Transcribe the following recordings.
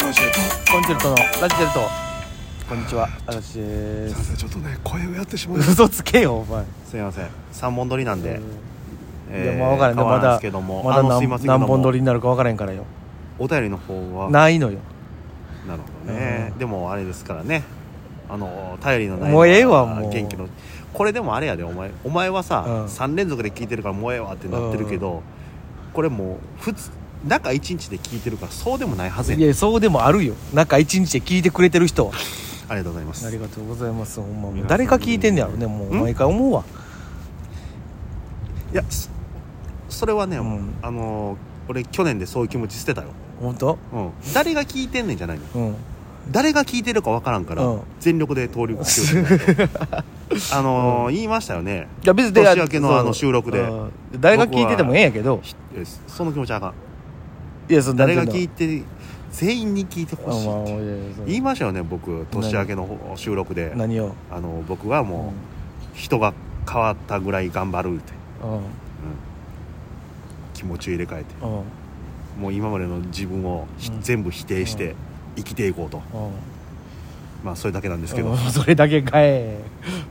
ジェルトのラジェルトこんにちは嵐ですいませすんちょっとね声をやってしまう嘘つけよお前すいません3本撮りなんで、いやえーまあ分からんね変わまらんすだけどもまあだのすい何ませんけど何も本撮りになるか分からへんからよお便りの方はなないのよるほどね、うんでもあれですからねあの頼りのないもうええわもう元気のこれでもあれやでお前お前はうんさ、三3連続で聞いてるからもうええわってなってるけど、これもう普通中1日で聞いてるからそうでもないはずやいねんやそうでもあるよ中一日で聞いてくれてる人はありがとうございますありがとうございますほんまもう皆さん誰か聞いてんねやろねもうん毎回思うわいやそそれはね、うんあの俺去年でそういう気持ち捨てたよ、本当うん、誰が聞いてんねんじゃないのうん誰が聞いてるかわからんから、うん全力で登録しようと 思ってあのー言いましたよねいや別に年明けのそうあの収録でうん誰が聞いててもええんやけどひえその気持ちはあかんいやその誰が聞いてて全員に聞いてほしいって言いましたよね僕年明けの収録で何をあの僕はもう人が変わったぐらい頑張るって、うんうん気持ちを入れ替えてうんもう今までの自分をひ、うん全部否定しうて生きていこうと、うんまあそれだけなんですけど、うんいそれだけかえ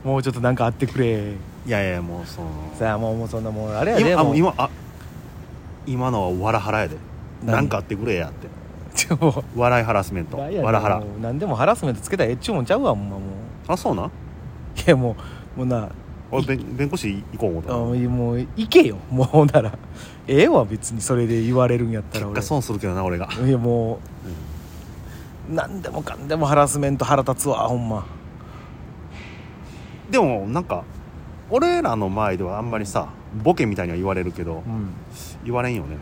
もうちょっとなんかあってくれやいやもうそのさあもうもうそんなもんあれやで今あももうう今あ今のは笑はらやで何なんかあってくれやってちょも笑いハラスメンうトなんやねん笑はらもう何でもハラスメントつけたらええっちゅうもんちゃうわほんまもうあそうなんいやもうもうな俺弁弁護士行こう思あもううもう行けよもうほんならええわ別にそれで言われるんやったたら結果俺損するけどな俺がいやもう何でもかんでもハラスメント腹立つわほんまでもなんか俺らの前ではあんまりさボケみたいには言われるけどうん言われんよね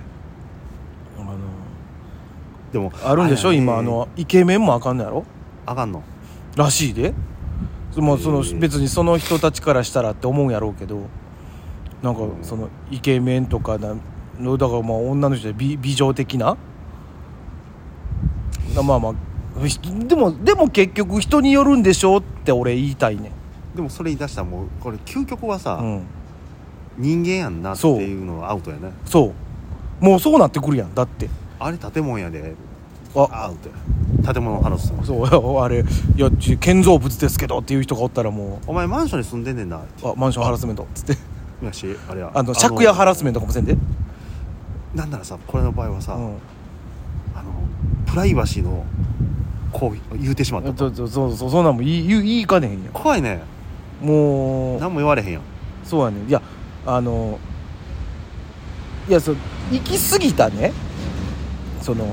あのでもあるんでしょれやね今あのイケメンもあかんのやろあかんのらしいでそまあそのへー別にその人たちからしたらって思うんやろうけどなんかうんそのイケメンとかなのだからまあ女の人で美美女的ななまあまあひでもでも結局人によるんでしょうって俺言いたいねんでもそれ言い出したらもうこれ究極はさ、うん人間やんなっていうのはアウトやねそうもうそうなってくるやんだってあれ建物やであアウトや建物のハラスメントそう あれいやち建造物ですけどっていう人がおったらもお前マンションに住んでんねんなってうあマンションハラスメントっつってやしあれやあの借家ハラスメントかもせんでなんならさこれの場合はさ、うんあのプライバシーのこう言うてしまったそうそうそうそうそんなんも言い言い言いかねへんやん怖いねもう何も言われへんやんそうやねんいやあのいやそう行き過ぎたねその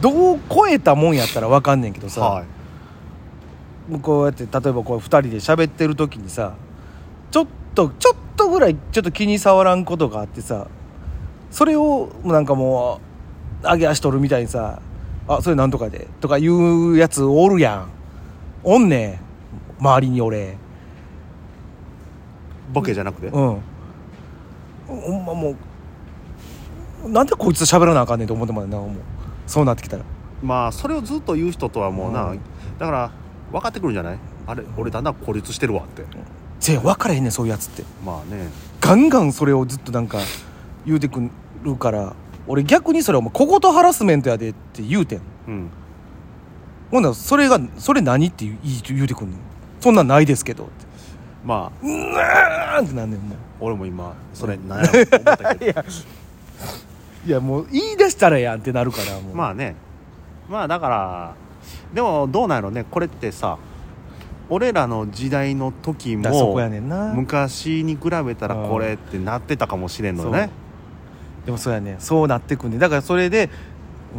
どう超えたもんやったらわかんねんけどさ、はいもうこうやって例えばこう2人で喋ってる時にさちょっとちょっとぐらいちょっと気に障らんことがあってさそれをなんかもう上げ足取るみたいにさ「あそれなんとかで」とか言うやつおるやんおんねん周りに俺ボケじゃなくて、うんほんまもうなんでこいつと喋らなあかんねんと思ってもらうなもうそうなってきたらまあそれをずっと言う人とはもうな、うんだから分かってくるんじゃないあれ俺だんだん孤立してるわって「せや分からへんねんそういうやつって」まあねガンガンそれをずっとなんか言うてくるから俺逆にそれお前小言ハラスメントやでって言うてんうんほんならそれが「それ何?」って言う言い言うてくんねんそんなんないですけどってまああーんってなんねんもう俺も今それ悩むと思ったけどいやいやもう言い出したらやんってなるからも うまあねまあだからでもどうなんやろねこれってさ俺らの時代の時だからそこやもねんな昔に比べたらうんこれってなってたかもしれんのねでもそうやねんそうなってくんねんだからそれで、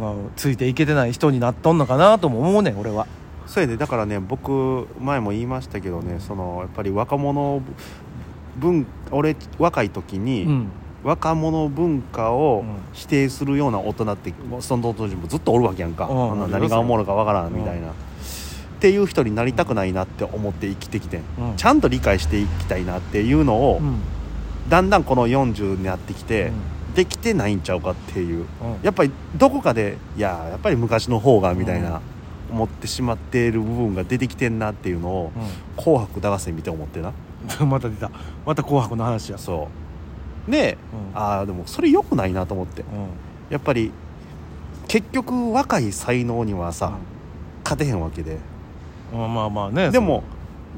まあ、ついていけてない人になっとんのかなとも思うねん俺はそうやねだからね僕前も言いましたけどねそのやっぱり若者文俺若い時に、うん若者文化うをん否定するような大人って、もうその当時もずっとおるわけやんか、うんあんなうん何がおもろいかわからんみたいな、っていう人になりたくないなって思って生きてきてん、うんちゃんと理解していきたいなっていうのを、うんだんだんこの40になってきうて、できてないんちゃうかっていううんやっぱりどこかでいややっぱり昔の方がみたいな、うん思ってしまっている部分が出てきてんなっていうのを「紅白歌合戦」見て思ってなうん また出たまた「紅白」の話やそうで、うんああでもそれ良くないなと思ってうんやっぱり結局若い才能にはさ、勝てへんわけでまあまあまあねでも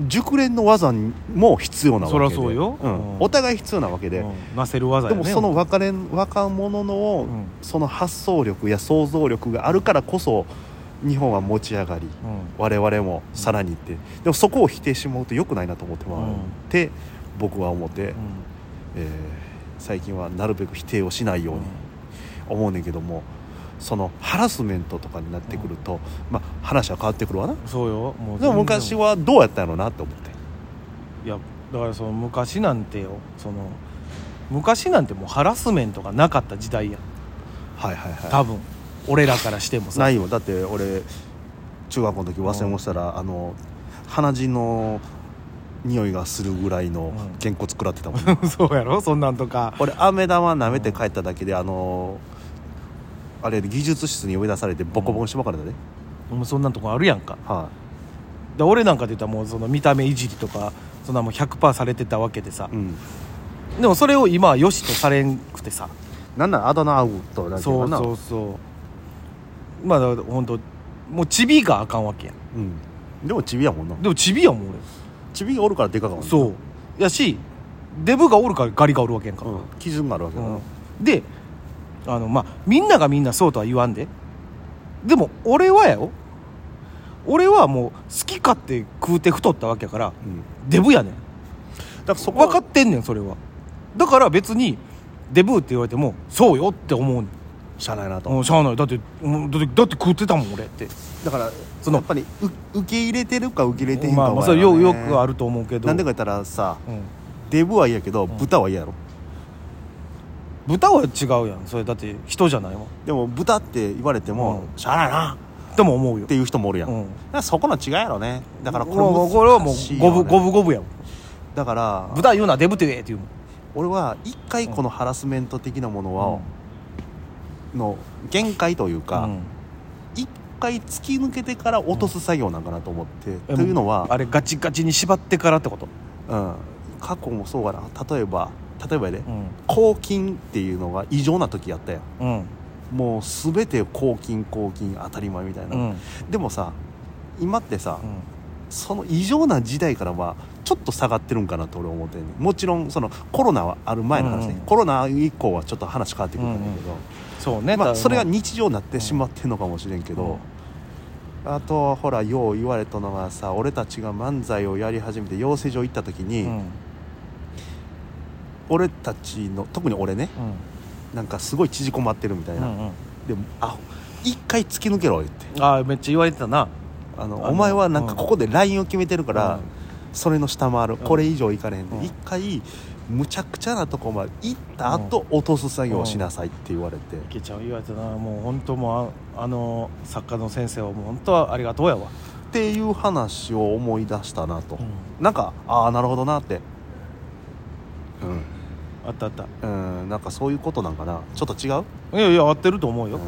熟練の技も必要なわけでそらそうよんうんお互い必要なわけそでの、うんなせる技でやもねその若れん若者の、うんその発想力や想像力があるからこそ日本は持ち上がりうん我々もさらにって、でもそこを否定してもらうと良くないなと思ってもらうんって、僕は思って、えー最近はなるべく否定をしないように思うねんけどもそのハラスメントとかになってくると、まあ話は変わってくるわなうんそうよもうでも昔はどうやったんやろうなって思っていやだからその昔なんてよその昔なんてもうハラスメントがなかった時代やんはいはいはい多分俺らからしてもさないよだって俺中学校の時忘れ物したら、あの鼻血の匂いがするぐらいのうんげんこつ食らってたもん、 そうやろそんなんとか俺飴玉舐めて帰っただけであのあれ技術室に呼び出されてボコボコにしばかれたで、もうそんなんとこあるやんかはで俺なんかで言ったらもうその見た目いじりとかそんなもう100%されてたわけでさい、うんでもそれを今はよしとされんくてさなんなんあだ名合うとなんていそううかなそうそうまあだから本当もうチビがあかんわけやんうん、でもチビやもんなでもチビやもん俺チビがおるからでかかもんなそうやしデブがおるからガリがおるわけやんか、う、ん、基準があるわけだな、うんであのまあみんながみんなそうとは言わんででも俺はやよ俺はもう好き勝手食うて太ったわけやからうんデブやねんだからそこは分かってんねんそれはだから別にデブって言われてもそうよって思うねんしゃあないなと、うんしゃあないだってうんだってだって食ってたもん俺ってだからそのやっぱりう受け入れてるか受け入れてへんかまはあ、まあそれよよくあるると思うけどなんでか言ったらさうんデブは嫌やけどん豚は嫌やろ、豚は違うやんそれだって人じゃないわでも豚って言われても、うしゃあないなでも思うよっていう人もおるやん、うんだからそこの違いやろねだからこれもうこれはも難しういよね五分五分五分やもんだから豚言うなデブって言えって言うもん俺は一回このハラスメント的なものは、の限界というかうん一、回突き抜けてから落とす作業なんかなと思って、えというのはあれガチガチに縛ってからってことうん、過去もそうかな例えば例えばやで、うん抗菌っていうのが異常な時やったやんうんもう全て抗菌抗菌当たり前みたいな、うんでもさ今ってさ、その異常な時代からはちょっと下がってるんかなと俺思ってんねんもちろんそのコロナはある前の話ね、うんコロナ以降はちょっと話変わってくるんだけど、そうねまあ、それが2日常になってしまってんのかもしれんけど、あとほらよう言われたのがさ俺たちが漫才をやり始めて養成所行った時に、俺たちの特に俺ねなんかすごい縮こまってるみたいな、でもあ一回突き抜けろよってああめっちゃ言われてたなあのあのお前はなんうかんここでラインを決めてるから、うんそれの下回る、んこれ以上いかれへんで、うん一回むちゃくちゃなとこまで行った後、落とす作業をしなさいって言われて、けちゃん言われてたなもう本当もうああの作家の先生はもう本当はありがとうやっわていう話を思い出したなと、うなんかああなるほどなってうんあったあったうんなんかそういうことなんかなちょっと違う、いやいや合ってると思ううよん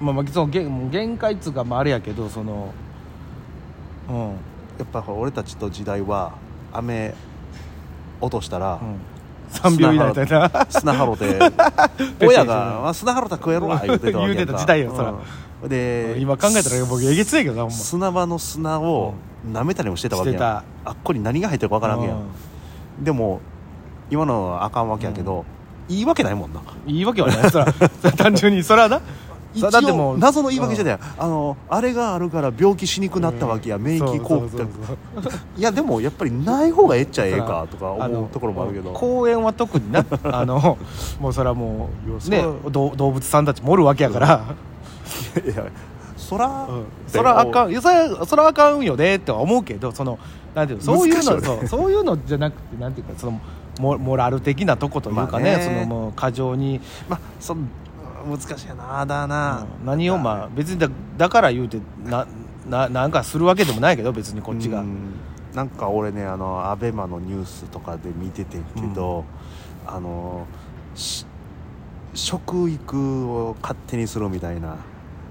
まあまあその限もう限界っつうかまああれやけどそのうんうんやっぱほら俺たちと時代は雨落としたら、 3秒以内だよな砂ハロ でペ親があ「砂ハロた食えろな」言うてたわけやんか言うてた時代よそらうんで今考えたら僕えげつないけどなほんま砂場の砂を舐めたりもしてたわけやんしてたあっこに何が入ってるか分からんわけやうんでも今のはあかんわけやけど、いいわけないもんな言い訳はないそらそら単純にそらな一そらだっても応う謎の言い訳じゃうんない、あのあれがあるから病気しにくなったわけや、免疫そ効うそう果そうそういやでもやっぱりない方がええっちゃええそからとかあ思のうところもあるけど公園は特になあのもうそれはもういやねそど動物さんたちもおるわけやから、 いやそら、うんそらあかんいやそらそらあかんよねっては思うけどそのなんていうのそういうの、難しいよそうそういうのじゃなくてなんていうかそのモモラル的なとこというかね,、まあねそのもう過剰に、まあその難しいなあだな、うん何をまあ別にだだから言うてなななんかするわけでもないけど別にこっちが、うんなんか俺ねあのアベマのニュースとかで見ててんけど、あのし食育を勝手にするみたいな、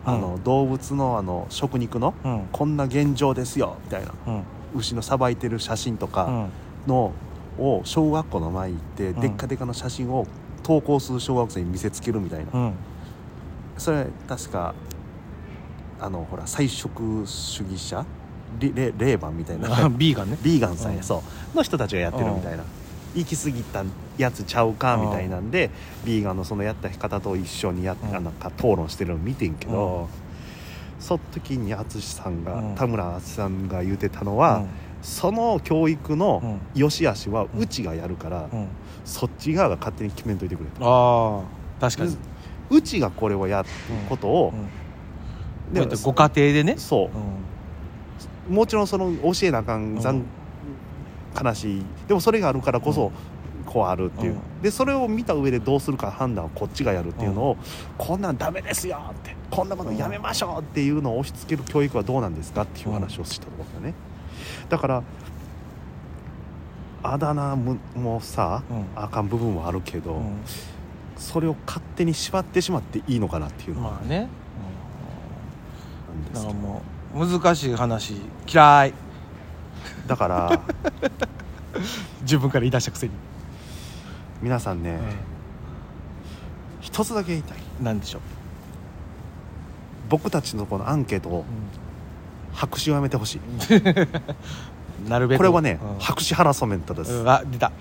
あの動物のあの食肉の、うんこんな現状ですよみたいなうん牛のさばいてる写真とうかんの、を小学校の前に行って、うんでっかでかの写真を投稿する小学生に見せつけるみたいな、うんそれ確かあのほら菜食主義者リレレーバンみたいな ビーガンねビーガンさんうんやそうの人たちがやってるみたいな行き過ぎたやつちゃうかみたいなんでビーガンのそのやった方と一緒にやっうんあなんか討論してるの見てんけどその時に淳さんうがん田村淳さんが言うてたのはその教育の良し悪しはうちがやるからうん、うんそっち側が勝手に決めんといてくれとああ確かに、ううちがこれをやることをうんでだってご家庭でね、そううもちろんその教えなあかん、残悲しいでもそれがあるからこそ、こうあるっていう、うんでそれを見た上でどうするか判断をこっちがやるっていうのを、こんなんダメですよってこんなことやめましょうっていうのを押し付ける教育はどうなんですかっていう話をしたところだねだからあだ名ももさんうんあかん部分はあるけど、うんそれを勝手に縛ってしまっていいのかなっていうのはまあね、なんうんでだすけからどもう難しい話嫌いだ から自分から言い出したくせに、皆さんね、う一つだけ言いたいん、なんでしょう、僕たちのこのアンケートを白紙をやめてほしいなるべくこれはね、うん白紙ハラスメントです、うんあ出た